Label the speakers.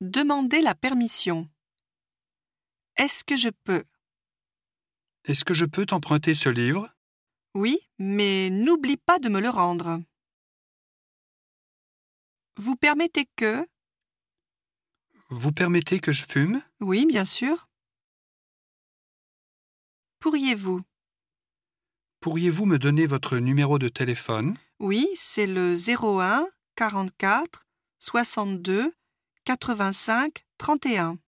Speaker 1: Demander la permission. Est-ce que je peux
Speaker 2: Est-ce que je peux t'emprunter ce livre
Speaker 1: Oui, mais n'oublie pas de me le rendre. Vous permettez que
Speaker 2: Vous permettez que je fume
Speaker 1: Oui, bien sûr. Pourriez-vous
Speaker 2: Pourriez-vous me donner votre numéro de téléphone
Speaker 1: Oui, c'est le 01 44 62 85 31.